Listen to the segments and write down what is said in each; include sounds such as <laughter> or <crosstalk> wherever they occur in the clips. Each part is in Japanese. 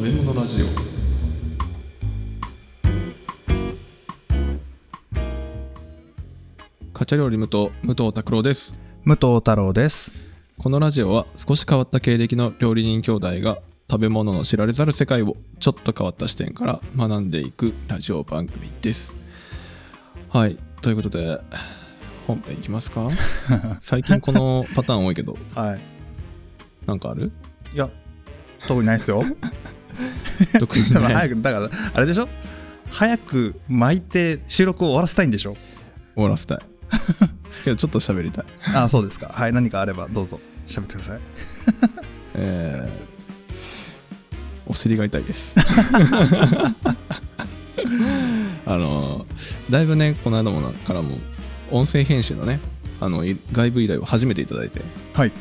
メンのラジオカチャ料理無糖武藤拓郎です武藤太郎です。このラジオは少し変わった経歴の料理人兄弟が食べ物の知られざる世界をちょっと変わった視点から学んでいくラジオ番組ですはいということで本編いきます <laughs> か最近このパターン多いけどはい。なんかあるいや、特にない <laughs> ですよ。特にだかねら <laughs> 早く、だから、あれでしょ早く巻いて収録を終わらせたいんでしょ終わらせたいけどちょっと喋りたいああ、そうですか。 <laughs> はい、何かあればどうぞ、喋ってください。えーお尻が痛いです。 <laughs> あのだいぶねこの間もなからも音声編集のねあのい外部依頼を初めていただいてはい。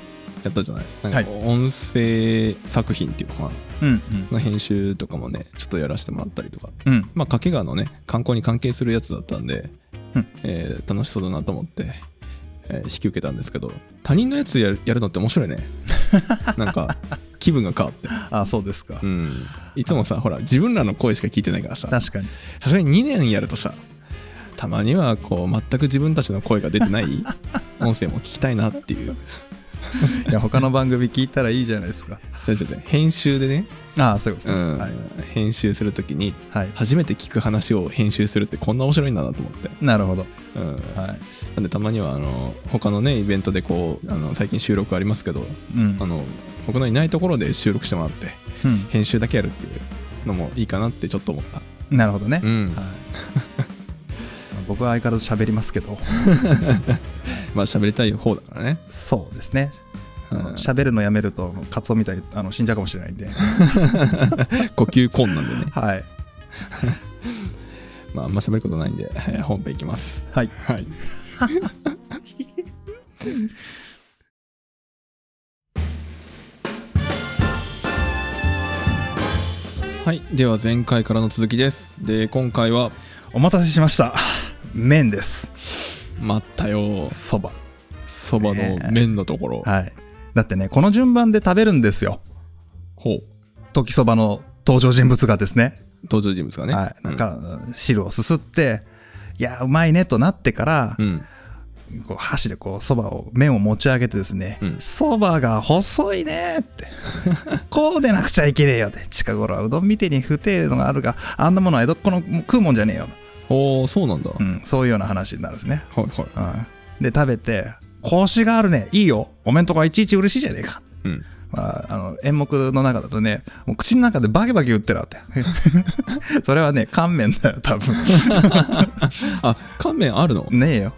やったじゃないなんか音声作品っていうのかな、うん、の編集とかもねちょっとやらせてもらったりとかうん。うん。まあ掛川のね観光に関係するやつだったんで、うんえー楽しそうだなと思って、えー引き受けたんですけど他人のやつやるやるのって面 <laughs> 白いねなんか気分が変わってああ、そうですか。うん、いつもさほら自分らの声しか聞いてないからさ確かに。さすがに2年やるとさたまにはこう全く自分たちの声が出て <laughs> ない音声も聞きたいなっていういや、他の番組聞いたらいいじゃないですか。違う違う違う編集でね、 <laughs> ああ、そういうことうですね。んはい。編集するときにはい。初めて聞く話を編集するってこんな面白いんだなと思って、なるほど。うん、はい。なんでたまにはあの他のねイベントでこうあの最近収録ありますけどうん。あの僕のいないところで収録してもらってうん編集だけやるっていうのもいいかなってちょっと思ったなるほどね。うんはい。僕は相変わらず喋りますけど、まあ喋りたい方だから <laughs> ねそうですね。あうんの喋るのやめると、カツオみたいにあの死んじゃうかもしれないん <laughs> で。呼吸困難でね、はい。まあ、あんま喋ることないんで、えー本編いきます。はい。はい。 <laughs> はい。では、前回からの続きです。で、今回は、お待たせしました。麺です。待ったよ。そば。そばの麺のところ。はい。だってね、この順番で食べるんですよ。ほう。時そばの登場人物がですね。登場人物がね。はい。なんか、汁をすすって、いや、うまいねとなってからう、ん。うん。こう箸でこう、そばを、麺を持ち上げてですねう、んそば、が細いねって、こうでなくちゃいけねえよって、近頃はうどんみてえに不定のがあるが、あんなものは江戸っ子のもう食うもんじゃねえよ。おー、そうなんだ。うはいん、そういうような話になるんですね。はい。うん。で、食べて、コシがあるね。いいよ。お麺とかいちいち嬉しいじゃねえか。うん。まあ、あの、演目の中だとね、もう口の中でバキバキ言ってるわって。 <laughs> それはね、乾麺だよ、多分。あ、乾麺あるの <laughs> ねえよ。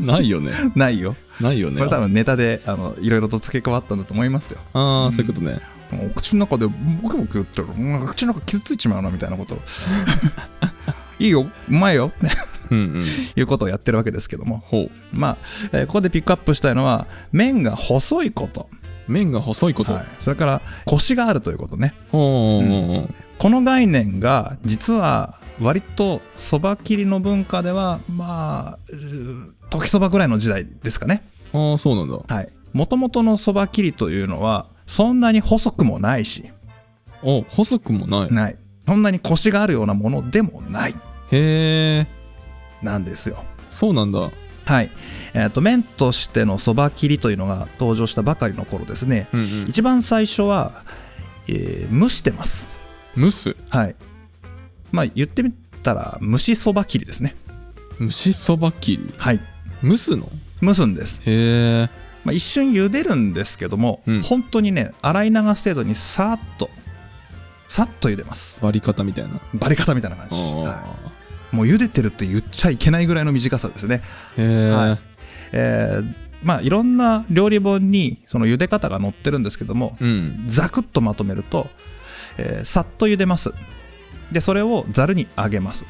ないよね。ないよ。ないよね。これ多分ネタで、あの、いろいろと付け加わったんだと思いますよ。ああ、そういうことね。もう口の中でボキボキ言ってる。もう口の中傷ついちまうな、みたいなことを。 <laughs> いいよ、うまいよ、 <laughs> ね、うんうん。いうことをやってるわけですけども。ほう。まあ、えーここでピックアップしたいのは、麺が細いこと。麺が細いこと。はい、それからコシがあるということねほうほうほうほうこの概念が実は割とそば切りの文化ではまあうー時そばぐらいの時代ですかねああ、そうなんだ。はいもともとのそば切りというのはそんなに細くもないしお、細くもない。ないそんなにコシがあるようなものでもないへえ、なんですよそうなんだ。はいえっ、と麺としてのそば切りというのが登場したばかりの頃ですね、うんうん。一番最初は、えー蒸してます蒸す。はい。まあ言ってみたら蒸しそば切りですね。蒸しそば切り。はい。蒸すの蒸すんです。へえ。まあ、一瞬茹でるんですけども、うん本当にね、洗い流す程度にさーっと、さっと茹でます。割り方みたいな。バリ方みたいな感じ。はあい、もう茹でてるって言っちゃいけないぐらいの短さですね。ーへえ、はいえーまあいろんな料理本にその茹で方が載ってるんですけども、うん。ざくっとまとめると、えーさっと茹でますでそれをざるにあげます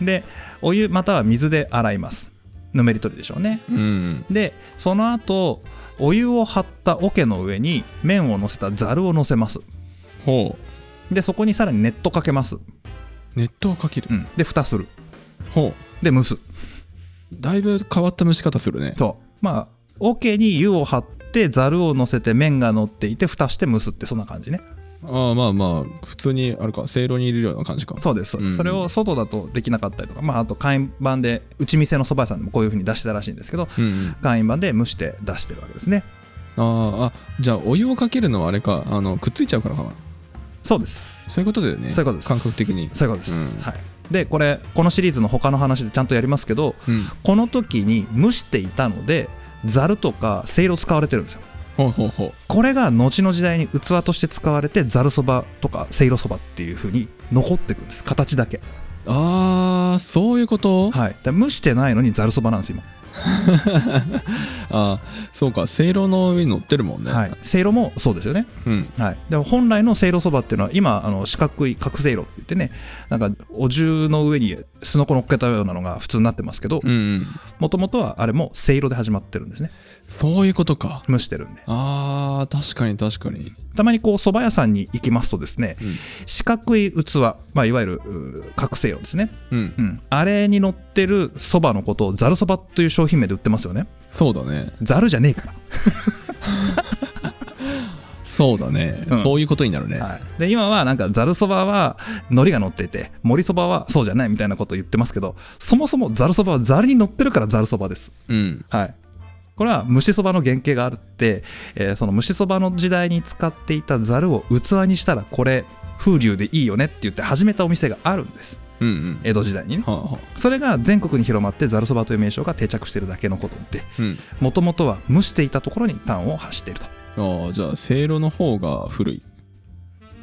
でお湯または水で洗いますぬめり取りでしょうねうん。でその後お湯を張った桶の上に麺を乗せたざるを乗せますほでそこにさらに熱湯かけます、う。熱湯をかけるう。ん、で蓋するほう。で蒸すだいぶ変わった蒸し方するね。とまあ桶に湯を張ってざるを乗せて麺が乗っていて蓋して蒸すってそんな感じねああまあまあ普通にあれかせいろに入れるような感じかそうです、うんそれを外だとできなかったりとか、まあ、あと会員版でうち店の蕎麦屋さんでもこういう風に出してたらしいんですけどうんうん会員版で蒸して出してるわけですねあーあじゃあお湯をかけるのはあれかあのくっついちゃうからかなそうです、そういうことだよねそういうことです感覚的にそういうことです、うんはい、でこれこのシリーズの他の話でちゃんとやりますけどうんこの時に蒸していたのでざるとかせいろ使われてるんですよほうほうほうこれが後の時代に器として使われてざるそばとかせいろそばっていう風に残っていくんです形だけああそういうこと、はいで蒸してないのにざるそばなんです今ああそうかせいろの上に乗ってるもんねはいせいろもそうですよねうんはい、でも本来のせいろそばっていうのは今あの四角い角せいろって言ってねなんかお重の上にすのこ乗っけたようなのが普通になってますけどうんうんもともとはあれもせいろで始まってるんですねそういうことか蒸してるんであー確かに確かにたまにこう蕎麦屋さんに行きますとですね、うん四角い器、まあ、いわゆるうー角せいろですね、うんうん、あれに乗ってる蕎麦のことをざるそばという商品名で売ってますよねそうだねざるじゃねえからそうだね、うんそういうことになるね、はい、で今はなんかざるそばは海苔が乗っていて盛りそばはそうじゃないみたいなことを言ってますけどそもそもざるそばはざるに乗ってるからざるそばです、うんはい、これは蒸しそばの原型があるって、えーその蒸しそばの時代に使っていたざるを器にしたらこれ風流でいいよねって言って始めたお店があるんですうんうん江戸時代にねはあ、はあ、それが全国に広まってざるそばという名称が定着してるだけのことでうんもともとは蒸していたところに端を発しているとああじゃあせいろの方が古い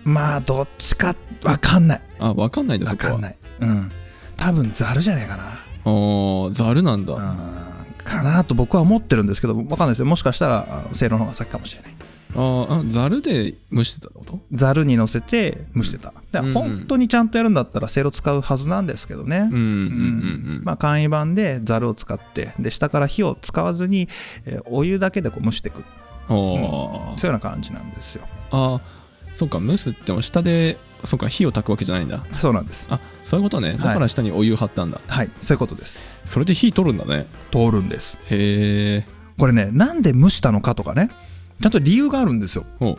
まあどっちかわかんないあわかんないんだわそこかはんない。うん。多分ザルじゃねえかな。ああざるなんだ、あうん。かなと僕は思ってるんですけど、わかんないですよ。もしかしたら、あせいろの方が先かもしれない。ーあざるで蒸してたってことザルに乗せて蒸してた。で、うんうん本当にちゃんとやるんだったら、せいろ使うはずなんですけどねうん。うんううんうんまあ、簡易版でザルを使って、で、下から火を使わずに、えーお湯だけでこう蒸していく。あーそういうような感じなんですよ。あそうか蒸すっても下でそうか火を焚くわけじゃないんだそうなんです。あそういうことねだから下にお湯張ったんだ、はい。そういうことです。それで火取るんだね通るんです。へえこれね、なんで蒸したのかとかね、ちゃんと理由があるんですよ。おう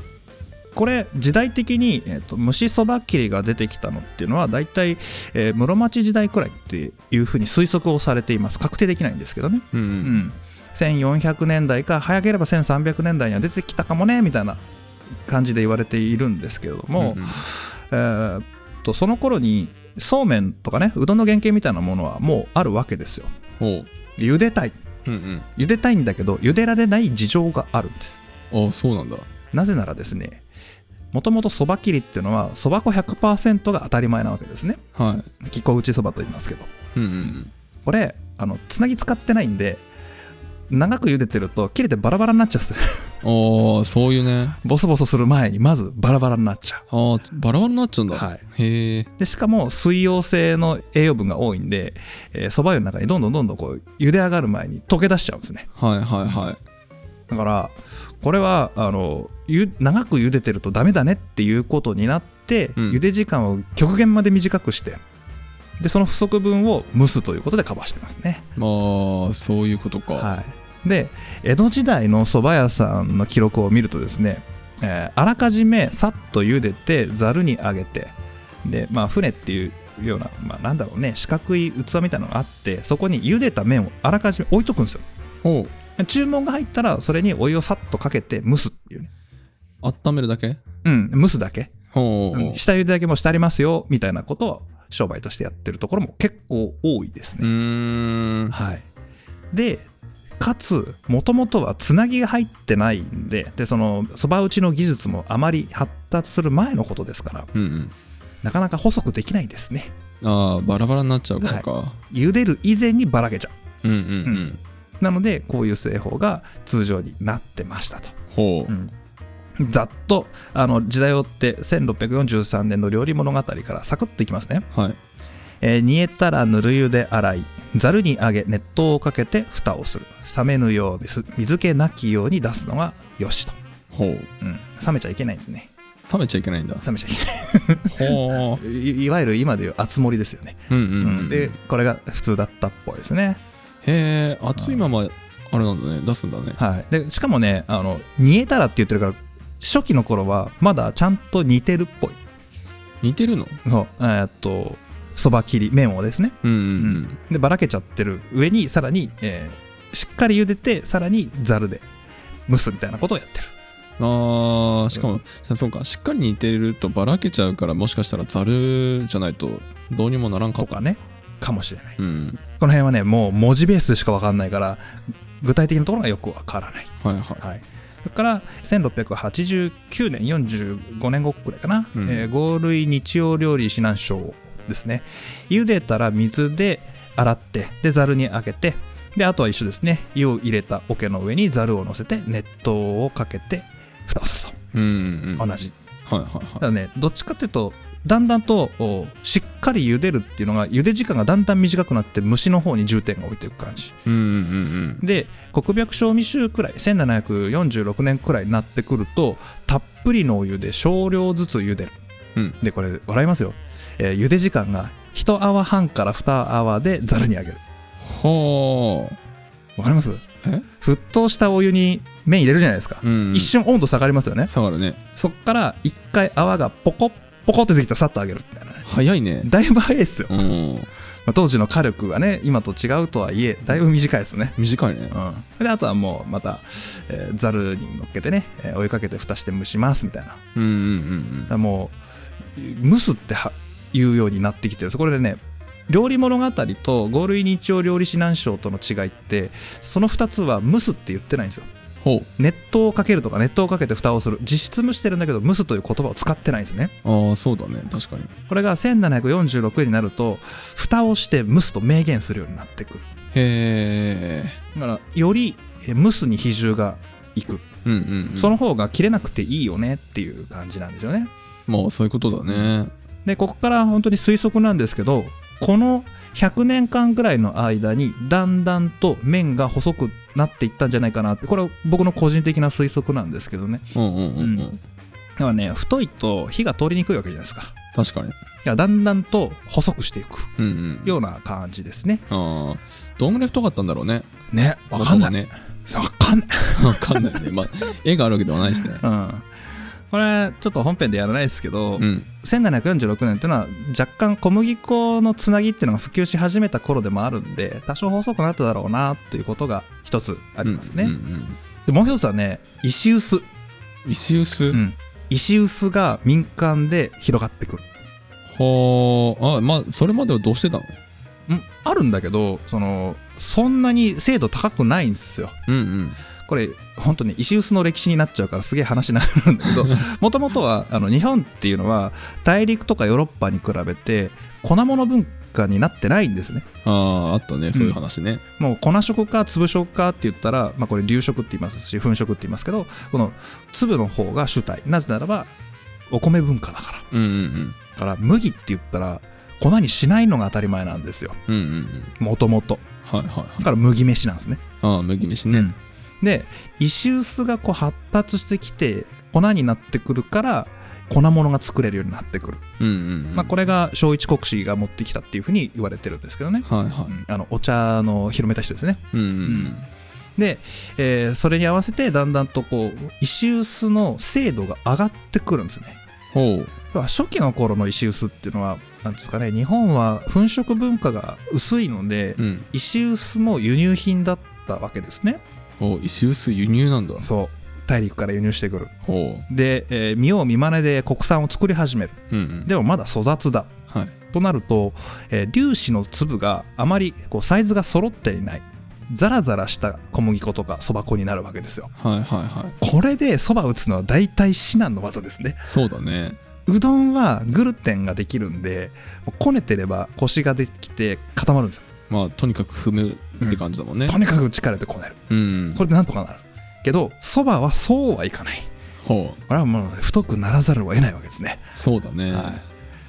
これ時代的に、えー、と蒸しそば切りが出てきたのっていうのは大体、えー室町時代くらいっていうふうに推測をされています確定できないんですけどね、うんううんん、1400年代か早ければ1300年代には出てきたかもねみたいな感じで言われているんですけれども、うんうんえーっとその頃にそうめんとかねうどんの原型みたいなものはもうあるわけですよおう茹でたいうん茹でたいんだけど茹でられない事情があるんですうんああそうなんだなぜならですね、もともとそば切りっていうのは、そば粉100%が当たり前なわけですね。は気候打ちそばと言いますけど。いうんうんこれ、あの、つなぎ使ってないんで、長く茹でてると切れてバラバラになっちゃうんですよ。 <laughs> うんああそういうねボソボソする前に、まずバラバラになっちゃう。ああバラバラになっちゃうんだ、はいへえで、しかも水溶性の栄養分が多いんで、えー、蕎麦湯の中にどんどんどんどんこう、茹で上がる前に溶け出しちゃうんですね。はいはいはいだから、これは、あの、ゆ長く茹でてるとダメだねっていうことになって、うん茹で時間を極限まで短くして、で、その不足分を蒸すということでカバーしてますね。まあそういうことか、はい。で、江戸時代の蕎麦屋さんの記録を見るとですね、えーあらかじめさっと茹でて、ざるにあげて、で、まあ、船っていうような、まあ、なんだろうね、四角い器みたいなのがあって、そこに茹でた麺をあらかじめ置いとくんですよ。おう注文が入ったら、それにお湯をさっとかけて蒸すっていうね。温めるだけうん、蒸すだけ。おうおううん下茹でだけもしてありますよ、みたいなことを商売としてやってるところも結構多いですうね。ーんはい。で、かつ、もともとはつなぎが入ってないんで、で、その、そば打ちの技術もあまり発達する前のことですから、うんうんなかなか細くできないんですね。ああバラバラになっちゃうからか、茹でる以前にばらけちゃうんうんうん、う。なので、こういう製法が通常になってましたと。ほう、ざっと、あの、時代を追って、1643年の料理物語からサクッといきますね。はいえー煮えたらぬる湯で洗いざるにあげ熱湯をかけて蓋をする冷めぬようです水気なきように出すのがよしと、ほううん、冷めちゃいけないんですね冷めちゃいけないんだ冷めちゃいけなほいいい <laughs> わゆる今でいう熱盛りですよね、ううんうん、ううんん、でへこれが普通だったっぽいですね、え熱いままあれなんだね出すんだねはい、でしかもねあの煮えたらって言ってるから初期の頃はまだちゃんと似てるっぽい似てるのそうえーっとそば切り麺をですねうんでばらけちゃってる上にさらに、えーしっかり茹でてさらにざるで蒸すみたいなことをやってるうんうんあーしかもさそうかしっかり似てるとばらけちゃうからもしかしたらざるじゃないとどうにもならんかとったかねかもしれないうんこの辺はねもう文字ベースでしかわかんないから具体的なところがよくわからない、はいはいはい、だから1689年45年後くらいかな、うんえー合類日曜料理指南書ですね茹でたら水で洗ってでざるにあけてであとは一緒ですね湯を入れた桶の上にざるを乗せて熱湯をかけて蓋をするうんうんとはい同じはいたはだねどっちかっていうとだんだんとおしっかり茹でるっていうのが茹で時間がだんだん短くなって虫の方に重点が置いていく感じいうんうんうんで国白小味臭くらい1746年くらいになってくるとたっぷりのお湯で少量ずつ茹でるうんでこれ笑いますよ、えー茹で時間が1泡半から2泡でざるにあげるはわかりますえ沸騰したお湯に麺入れるじゃないですかあ、うん一瞬温度下がりますよね下がるねそっから1回泡がポコッポコって出てきたらさっとあげるみたいなね早いねだいぶ早いですようんまあ、当時の火力がね今と違うとはいえだいぶ短いですね、短いねうん、であとはもうまたえーざる、に乗っけてね、えーお湯かけて蓋して蒸しますみたいなだかうんうんうんらもう蒸すっては言うようになってきてるこれでね料理物語と五類日曜料理指南書との違いってその2つは蒸すって言ってないんですよほ熱湯をかけるとか熱湯をかけて蓋をする実質蒸してるんだけど蒸すという言葉を使ってないんですねうああそうだね確かにこれが1746年になると蓋をして蒸すと明言するようになってくるへえだからよりえー蒸すに比重がいく、うんうん、うん、その方が切れなくていいよねっていう感じなんでしょうねまあそういうことだねでここから本当に推測なんですけどこの100年間ぐらいの間にだんだんと麺が細くなっていったんじゃないかなってこれは僕の個人的な推測なんですけどねうんうんうん、ううんん、だからね太いと火が通りにくいわけじゃないですかだか確かにらだんだんと細くしていくうんうんような感じですねああどんぐらい太かったんだろうねねわかんないね <laughs> わかんないわかんないねまあ絵があるわけではないしねうんこれちょっと本編でやらないですけど、うん1746年っていうのは若干小麦粉のつなぎっていうのが普及し始めた頃でもあるんで多少細くなっただろうなっていうことが一つあありますね、うんうんでもう一つはね石臼、うん、石臼、うん、石臼が民間で広がってくるはああまあそれまではどうしてたのうんあるんだけどそのそんなに精度高くないんですようんうんこれ本当に石臼の歴史になっちゃうからすげえ話長くなるんだけ <laughs> どもともとはあの日本っていうのは大陸とかヨーロッパに比べて粉物文化になってないんですねあああったねそういう話ね、もう粉食か粒食かって言ったら、まあ、これ流食って言いますし粉食って言いますけどこの粒の方が主体なぜならばお米文化だからうん、うんうんだから麦って言ったら粉にしないのが当たり前なんですようんうんうんもともとはいはいはいだから麦飯なんですねああ麦飯ね、うんで石臼がこう発達してきて粉になってくるから粉物が作れるようになってくる、うんうんうんまあ、これが小一国史が持ってきたっていうふうに言われてるんですけどね、はいはうんあのお茶の広めた人ですねいうんうんで、えーそれに合わせてだんだんとこう石臼の精度が上がってくるんですねほうだから初期の頃の石臼っていうのはなんですかね日本は粉飾文化が薄いので、うん石臼も輸入品だったわけですねほう石臼輸入なんだそう大陸から輸入してくるほで、えー見よう見まねで国産を作り始めるううんうんでもまだ粗雑だはいとなると、えー粒子の粒があまりこうサイズが揃っていないザラザラした小麦粉とかそば粉になるわけですよはいはいはいこれでそば打つのは大体至難の技ですねそうだねうどんはグルテンができるんでもうこねてればコシができて固まるんですよまあとにかく踏むって感じだもんねとにかく力でこねるうんこれでなんとかなるけどそばはそうはいかないほこれはもう太くならざるを得ないわけですねうそうだねは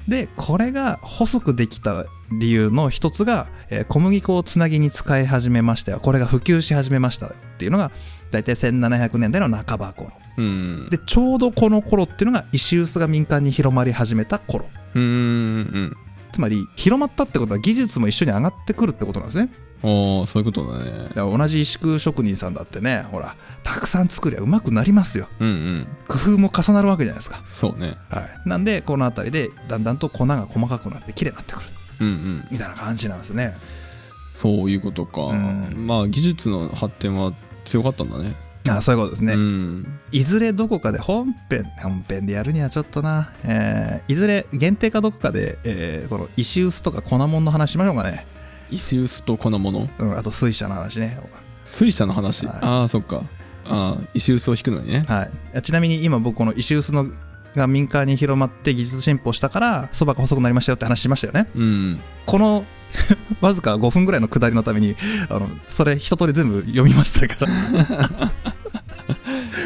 でこれが細くできた理由の一つが、えー小麦粉をつなぎに使い始めましたよこれが普及し始めましたよっていうのが大体1700年代の半ば頃うんでちょうどこの頃っていうのが石臼が民間に広まり始めた頃うんうんつまり広まったってことは技術も一緒に上がってくるってことなんですねおーそういうことだねだから同じ石工職人さんだってねほらたくさん作りゃうまくなりますようんうん工夫も重なるわけじゃないですか、そうねはい、なんでこの辺りでだんだんと粉が細かくなって綺麗になってくるうんうんみたいな感じなんですねそういうことか、うんまあ技術の発展は強かったんだねあそういうことですね、うんいずれどこかで本編本編でやるにはちょっとな、えーいずれ限定かどこかで、えーこの石臼とか粉もんの話しましょうかね、石臼と粉ものうん、あと水車の話ね水車の話、はいああそっかああ石臼を引くのにねはいあちなみに今僕この石臼のが民間に広まって技術進歩したからそばが細くなりましたよって話しましたよねうんこの <laughs> わずか5分ぐらいの下りのためにあのそれ一通り全部読みましたから <laughs>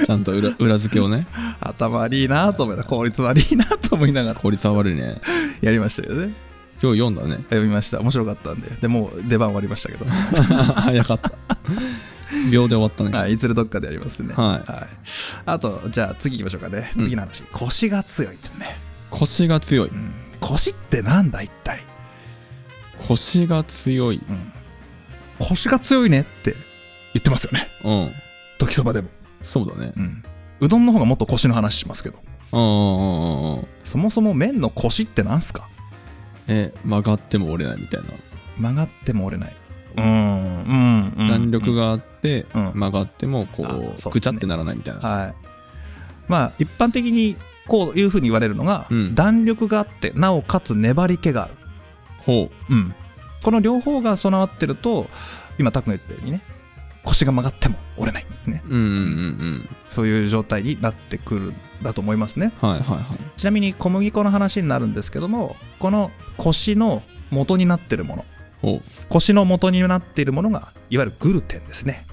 ちゃんと裏 <laughs> 裏付けをね頭悪いなと思いながら効率悪いなと思いながら効率は悪いねやりましたよねよう読んだね <laughs> 読みました面白かったんででもう出番終わりましたけど <laughs> 早かった秒で終わったねはい、いずれどっかでやりますね。はいあと、じゃあ次行きましょうかね。うん次の話。腰が強いってね。腰が強いうん、腰ってなんだ一体、腰が強いうん、腰が強いねって言ってますよね。うん時そばでも。そうだねうん。うどんの方がもっと腰の話しますけど。うんうんうんうんそもそも麺の腰ってなんすかえ曲がっても折れないみたいな曲がっても折れない。うーん、うん、うん。弾力があって、うん曲がってもこあそううですねぐちゃってならないみたいな、はい。まあ、一般的にこういうふうに言われるのが、うん弾力があって、なおかつ粘り気がある。ほうん、この両方が備わってると今たくの言ったようにね腰が曲がっても折れない、ね、ううんうんうんそういう状態になってくるんだと思いますねうんはいはいはいちなみに小麦粉の話になるんですけどもこの腰の元になってるものほう腰の元になっているものがいわゆるグルテンですね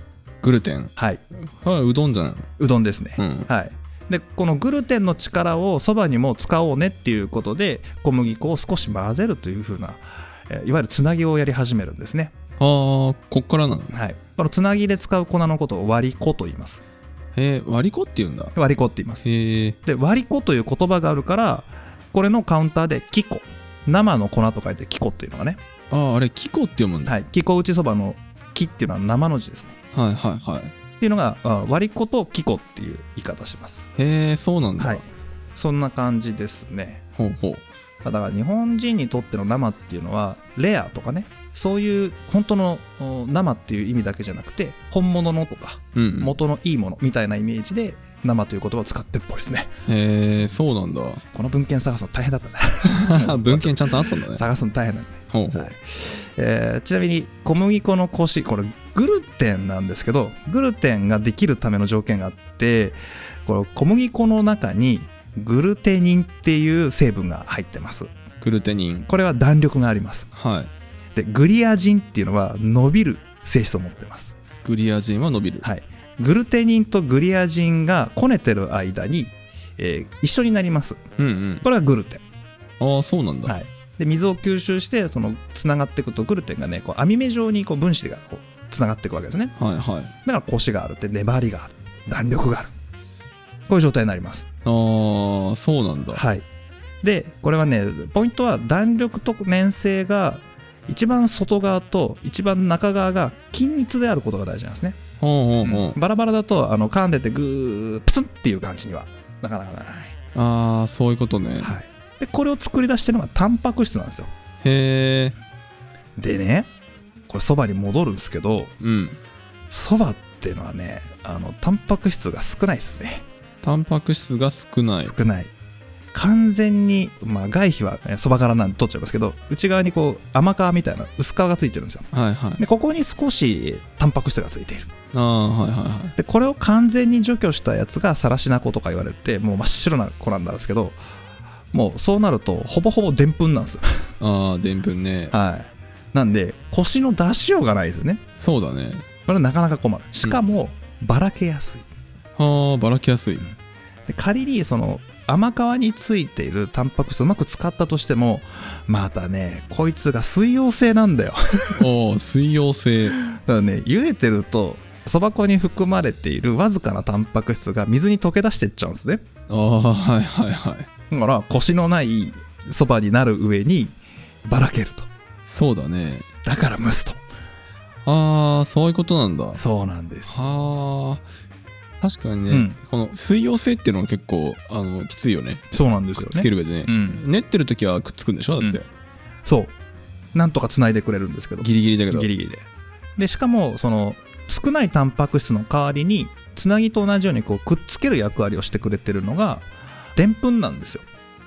グルテンはいうはうどんじゃないのうどんですね、うんはいでこのグルテンの力をそばにも使おうねっていうことで小麦粉を少し混ぜるというふうなえーいわゆるつなぎをやり始めるんですねああこっからなのはい、このつなぎで使う粉のことを割り粉と言いますえー、割り子って言うんだ割り粉って言いますへえで割り粉という言葉があるからこれのカウンターで「キコ」生の粉と書いて「キコ」っていうのがねあああれキコって読むんだ、はい「キコ打ちそば」の「キ」っていうのは生の字ですねはい、はいはいっていうのがあ割り粉と「キコ」っていう言い方しますへえそうなんだ、はいそんな感じですねほうほうただ日本人にとっての生っていうのはレアとかねそういう本当のお生っていう意味だけじゃなくて本物のとかうんうん、元のいいものみたいなイメージで生という言葉を使ってるっぽいですねへえそう <laughs> なんこの文献探すの大変だったね。だ文献ちゃんとあったんだね探すの大変なんで。ほうほう、はいえーちなみに小麦粉のコシ、これグルテンなんですけど、グルテンができるための条件があって、この小麦粉の中にグルテニンっていう成分が入ってます。グルテニンこれは弾力があります。はいで、グリアジンっていうのは伸びる性質を持ってます。グリア人は伸びる、はい。グルテニンとグリアジンがこねてる間に、えー一緒になります。うんうんこれはグルテン。ああそうなんだ、はい、で水を吸収してそのつながっていくとグルテンがねこう網目状にこう分子がこうつながっていくわけですねはい、はいだからコシがあるって粘りがある弾力があるこういう状態になりますああそうなんだはいでこれはねポイントは弾力と粘性が一番外側と一番中側が均一であることが大事なんですね、ほうほうほう、バラバラだとあの噛んでてグープツンっていう感じにはなかなかならない、ああそういうことね、はい、でこれを作り出してるのがタンパク質なんですよへえでねこれそばに戻るんですけどうんそばっていうのはねあのタンパク質が少ないですね、タンパク質が少ない少ない完全に、まあ、外皮はそばからなんで取っちゃいますけど内側にこう甘皮みたいな薄皮がついてるんですよはいはいでここに少しタンパク質がついているああはいはいはいでこれを完全に除去したやつがさらしな粉とか言われてもう真っ白な粉なんですけどもうそうなるとほぼほぼでんぷんなんですよ <laughs> ああでんぷんねはいなんで腰の出しようがないですよねそうだねこれはなかなか困るしかも、ばらけやすいああばらきやすいで仮にその甘皮についているタンパク質をうまく使ったとしてもまたねこいつが水溶性なんだよあ <laughs> あ水溶性だからね茹でてるとそば粉に含まれているわずかなタンパク質が水に溶け出してっちゃうんですねああはいはいはいだからコシのないそばになる上にばらけるとそうだねだから蒸すとああそういうことなんだそうなんです。はあ確かにね、うんこの水溶性っていうのが結構あのきついよねそうなんですよつけるね。上でね、うん練ってる時はくっつくんでしょだって、そう。なんとか繋いでくれるんですけど、ギリギリだけどギリギリで。で、しかも、その、少ないタンパク質の代わりに、つなぎと同じようにこうくっつける役割をしてくれてるのが、でんぷんなんですよ。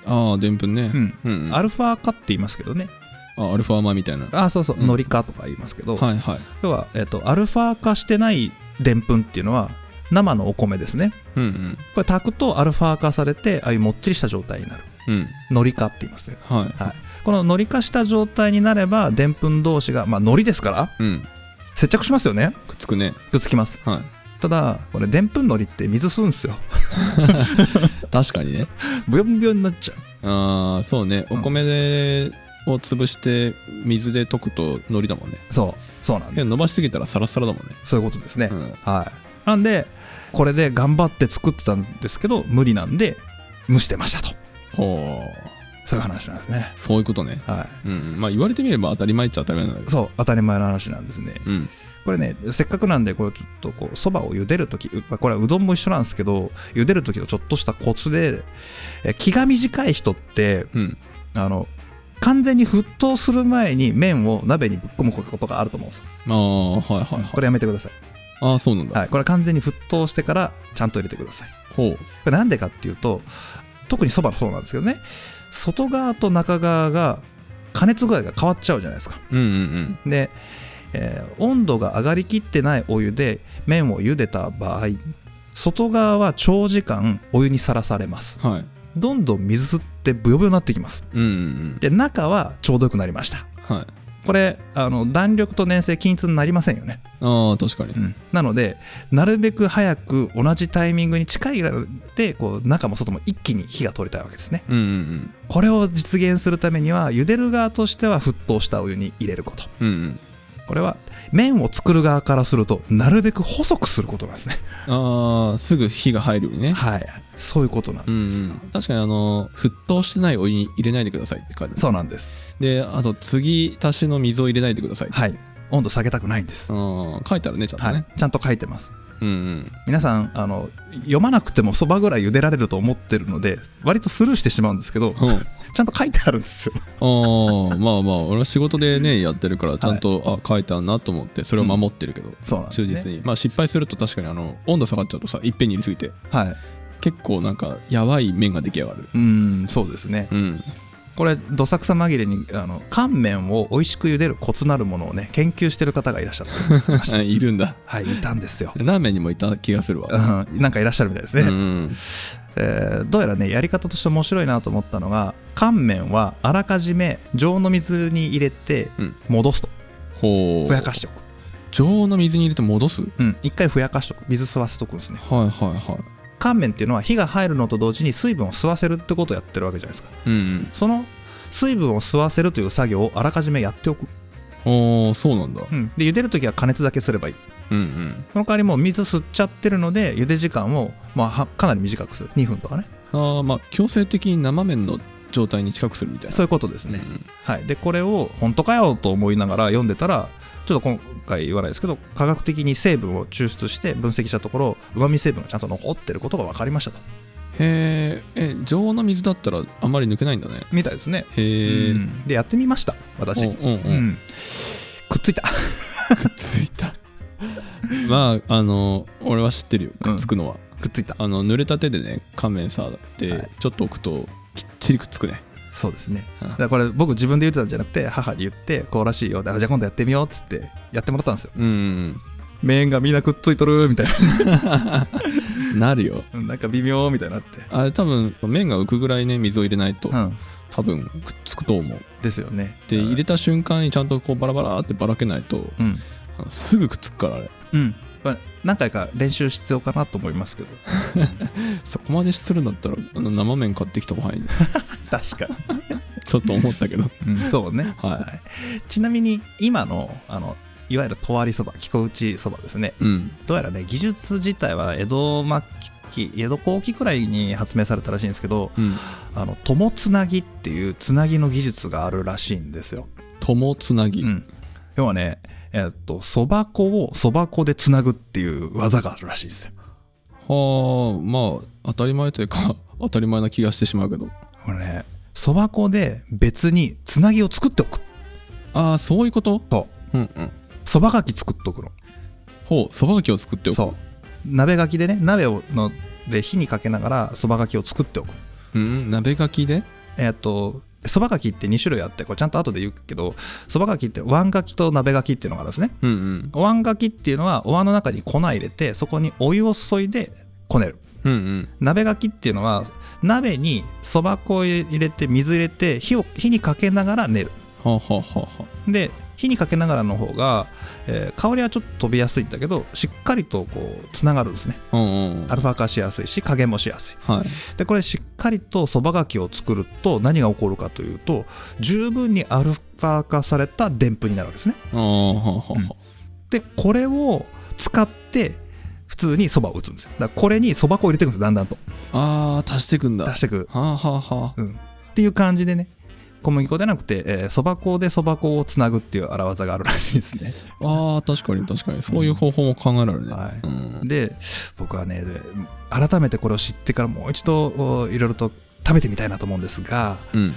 ああでんぷんねうん。うん、うん、アルファ化って言いますけどね。あアルファアマみたいなあ、そうそう、うんノリ化とか言いますけど、はいはい要は、えっと、アルファ化してないでんぷんっていうのは、生のお米ですね。うんうんこれ炊くとアルファ化されて、ああいうもっちりした状態になる。うんノリ化って言いますね。はいはい、こののり化した状態になればでんぷん同士がまあのりですからうん接着しますよねくっつくねくっつきますはただこれでんぷんのりって水吸うんですよ <laughs> い確かにねブヨンブヨンになっちゃうああそうねうおん米で、を潰して水で溶くと海苔だもんねそうそうなんいやです伸ばしすぎたらサラサラだもんねそういうことですね、うんはいなんでこれで頑張って作ってたんですけど無理なんで蒸してましたとほそういう話なんですねうそういうことねはうんうんまあ言われてみれば当たり前っちゃ当たり前なんだいけどそう当たり前の話なんですねうんこれねせっかくなんでこれちょっとこうそばを茹でるときまあこれはうどんも一緒なんですけど茹でるときのちょっとしたコツでえ気が短い人ってうんあの完全に沸騰する前に麺を鍋にぶっ込むことがあると思うんですよ、ああはいはいはいこれやめてください、ああそうなんだ、はい、これは完全に沸騰してからちゃんと入れてくださいほうこれなんでかっていうと特にそばのそうなんですけどね外側と中側が加熱具合が変わっちゃうじゃないですかうんうんで、えー温度が上がりきってないお湯で麺を茹でた場合外側は長時間お湯にさらされますうんはいどんどん水吸ってブヨブヨになってきますうんうんで中はちょうどよくなりましたうんはいこれあの弾力と粘性均一になりませんよね、ああ確かになのでなるべく早く同じタイミングに近いぐらいでこう中も外も一気に火が取れたいわけですねうんうんこれを実現するためには茹でる側としては沸騰したお湯に入れることうんうんうんこれは麺を作る側からするとなるべく細くすることな <laughs> んですねああすぐ火が入るようにねはいそういうことなんうんです、うん、確かにあの沸騰してないお湯に入れないでくださいって感じそうなんですであと次足しの水を入れないでください、はい温度下げたくないんです、うん書いてあるねちゃんとね、はい、ちゃんと書いてますうんうん皆さんあの読まなくてもそばぐらい茹でられると思ってるので割とスルーしてしまうんですけど、 <laughs> うんちゃんと書いてあるんですよ。ああまあまあ俺は仕事でねやってるからちゃんと、あ書いてあるなと思ってそれを守ってるけど、そうなんです忠ね実にまあ失敗すると確かにあの温度下がっちゃうとさいっぺんに入れすぎてはい。結構なんかやばい麺が出来上がるうーん、そうですね。うんこれ、どさくさ紛れに、あの、乾麺を美味しく茹でるコツなるものをね、研究してる方がいらっしゃ <laughs> る。いるんだはい、いたんですよ。ラーメンにもいた気がするわうん、なんかいらっしゃるみたいですね、うんえーどうやらねやり方として面白いなと思ったのが乾麺はあらかじめ常温の水に入れてうん戻すと、ほうふやかしておく常温の水に入れて戻すはいうん一回ふやかしておく水吸わせとくんですねはいは乾麺っていうのは火が入るのと同時に水分を吸わせるってことをやってるわけじゃないですかいうんその水分を吸わせるという作業をあらかじめやっておく、うんああそうなんだうん、で茹でるときは加熱だけすればいいうんうんその代わりもう水吸っちゃってるので茹で時間を、まあ、はかなり短くする2分とかねああまあ強制的に生麺の状態に近くするみたいなそういうことですね、はい、でこれを本当かよと思いながら読んでたらちょっと今回言わないですけど科学的に成分を抽出して分析したところうまみ成分がちゃんと残ってることが分かりましたとへーえ常温の水だったらあまり抜けないんだねみたいですね、へえうんでやってみました私、うんうんううんん、くっついたくっ <laughs> ついた <laughs> まああの俺は知ってるようんくっつくのは、くっついたあの濡れた手でね乾麺さって、はいちょっと置くときっちりくっつくねそうですね。うんだからこれ僕自分で言ってたんじゃなくて母に言ってこうらしいよであじゃあ今度やってみようっつってやってもらったんですよ。うん面がみんなくっついとるみたいうんなるよななんか微妙みたいになって。あれ多分麺が浮くぐらいね水を入れないと、うん、多分くっつくと思うですよね。でうん入れた瞬間にちゃんとこうバラバラってばらけないとうん、あのすぐくっつくからあれうん、これ何回か練習必要かなと思いますけど <laughs> そこまでするんだったらあの生麺買ってきた方がいい <laughs> ね確かちょっと思ったけどに、 <laughs> うんそうねはちなみに今のあのいわゆるとわりそば木こ打ちそばですねいうんどうやらね技術自体は江戸末期江戸後期くらいに発明されたらしいんですけどうんあの友つなぎっていうつなぎの技術があるらしいんですよ、友つなぎ、うん、要はね、えっと、そば粉をそば粉でつなぐっていう技があるらしいですよ。はあまあ当たり前というか <laughs> 当たり前な気がしてしまうけどこれね、そば粉で別につなぎを作っておく。ああそういうことそうんうんう。そばかき作っとくの。ほうそばがきを作っておくそう。鍋がきでね、鍋をので火にかけながらそばがきを作っておく。うん鍋がきでえっと、そばがきって2種類あって、これちゃんと後で言うけど、そばがきって、わんがきと鍋がきっていうのがあるんですね。うんうんお椀がきっていうのはお椀の中に粉入れてそこにお湯を注いでこねるうんうん鍋がきっていうのは鍋にそば粉を入れて水入れて火を火にかけながら練るはあはあはあはで火にかけながらの方が、えー香りはちょっと飛びやすいんだけどしっかりとこうつながるんですねあうんうんアルファ化しやすいし加減もしやすいはいでこれしっかりとそばがきを作ると何が起こるかというと十分にアルファ化されたでんぷんになるわけですねああはあはあはでこれを使って普通にそばを打つんですよだからこれにそば粉を入れていくんですよだんだんとああー足してくんだ出はしていく、あはあはあうん、っていう感じでね小麦粉じゃなくてそば、蕎麦粉でそば粉をつなぐっていう荒技があるらしいですね、あー確かに確かにそういう方法も考えられるね、はいうん、で僕はね改めてこれを知ってからもう一度おいろいろと食べてみたいなと思うんですが、うん、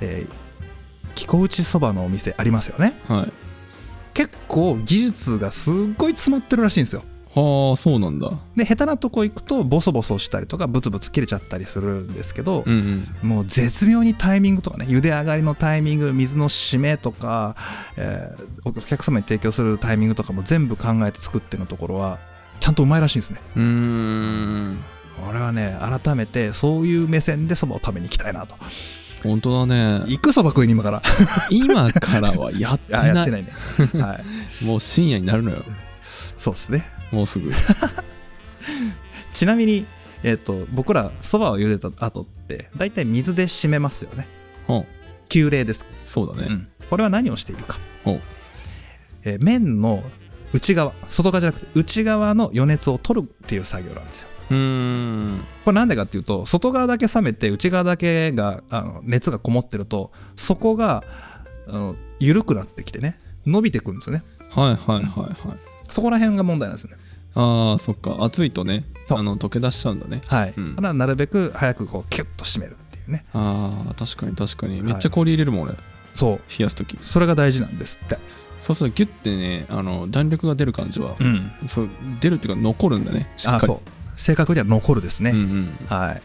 えー、木小内そばのお店ありますよねはい結構技術がすっごい詰まってるらしいんですよはあそうなんだで下手なとこ行くとボソボソしたりとかブツブツ切れちゃったりするんですけど、うんうんもう絶妙にタイミングとかね茹で上がりのタイミング水の締めとか、えーお客様に提供するタイミングとかも全部考えて作ってるところはちゃんとうまいらしいんですねうーん俺はね改めてそういう目線でそばを食べに行きたいなと本当だね行くそば食いに今 <laughs> から今からはやってあやなっ <laughs> いてないね、はい、もう深夜になるのよそうですねもうす <laughs> ぐちなみにえっ、と僕らそばを茹でた後って大体水で締めますよねほう急冷ですそうだね、これは何をしているか、ほうえー麺の内側外側じゃなくて内側の余熱を取るっていう作業なんですようーんこれなんでかっていうと外側だけ冷めて内側だけがあの熱がこもってるとそこがあの緩くなってきてね伸びてくるんですよねはいはいはいはいそこら辺が問題なんですねあーそっか暑いとねそうあの溶け出しちゃうんだねはい、うんだからなるべく早くこうキュッと締めるっていうねあー確かに確かにめっちゃ氷入れるもん俺冷そうやす時それが大事なんですってそうするとギュッてねあの弾力が出る感じは、んそう出るっていうか残るんだねしっかありそう正確には残るですね、うんうんはい。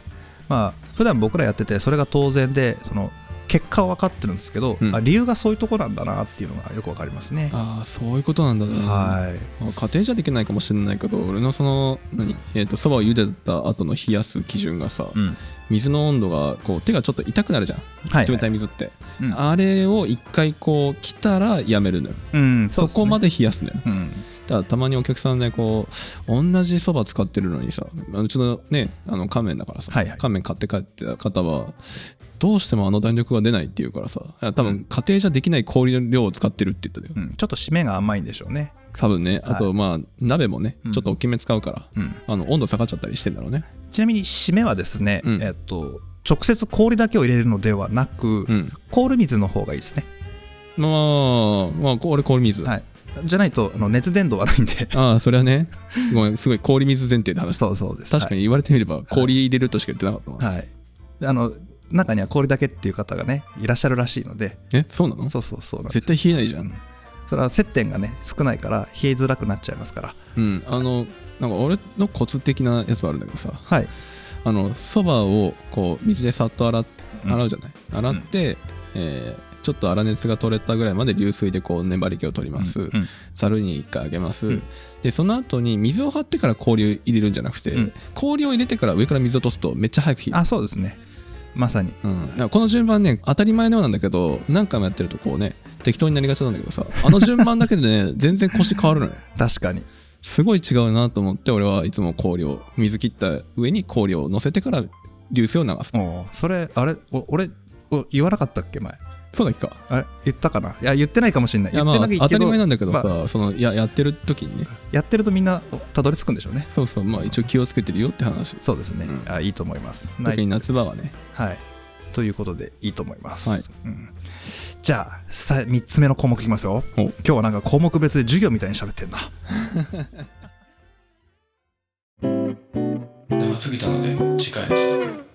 まあ、普段僕らやってて、それが当然で、その、結果は分かってるんですけど、うんあ理由がそういうとこなんだなっていうのがよく分かりますね。ああそういうことなんだねはい。まあ家庭じゃできないかもしれないけど俺のその何えっ、とそばを茹でた後の冷やす基準がさ、うん。水の温度がこう手がちょっと痛くなるじゃんはい。冷たい水って、うんあれを一回こう来たらやめるのようん、そこまで。で冷やすのようん。ただたまにお客さんでこう同じそば使ってるのにさうちのねあの乾麺だからさ、はいはい乾麺買って帰ってた方はどうしてもあの弾力が出ないっていうからさ多分家庭じゃできない氷の量を使ってるって言ったのようんちょっと締めが甘いんでしょうね。多分ねはいあとまあ鍋もねちょっと大きめ使うから、うん。あの温度下がっちゃったりしてんだろうねちなみに締めはですね、うんえっと、直接氷だけを入れるのではなく、うん氷水の方がいいですね。まあまあこ俺氷水、はい。じゃないと、あの熱伝導 <laughs> 悪いんで。ああそれはねごめんすごい氷水前提で話したそうそうです。確かに言われてみれば氷入れるとしか言ってなかったな、はい。はい。であの、中には氷だけっていう方がね、いらっしゃるらしいので、えそうなのそうそうそうなんですよ絶対冷えないじゃんそれは接点がね少ないから冷えづらくなっちゃいますからうんあのなんか俺のコツ的なやつはあるんだけどさはいあのそばをこう水でさっと洗っうん洗うじゃない、洗って、えーちょっと粗熱が取れたぐらいまで流水でこう粘り気を取ります、うんざるに一回あげます、うんでその後に水を張ってから氷を入れるんじゃなくて、うん氷を入れてから上から水を落とすとめっちゃ早く冷えるあそうですねまさにうん、だからこの順番ね当たり前のようなんだけど何回もやってるとこうね適当になりがちなんだけどさあの順番だけでね <laughs> 全然腰変わるのよ確かにすごい違うなと思って俺はいつも氷を水切った上に氷を乗せてから流水を流すおうそれあれお俺お言わなかったっけ前そうだっけかあれ言ったかないや言ってないかもしれないいやま言あってないけ当どたり前なんだけどさ、まあそのいややってる時にねやってるとみんなたどり着くんでしょうねそうそうまあ一応気をつけてるよって話そうですね、うんあいいと思いますナ特イスに夏場はねはいということでいいと思います。はいうんじゃあさ3つ目の項目いきますよ。お今日はなんか項目別で授業みたいに喋ってんな。長すぎたので次回続く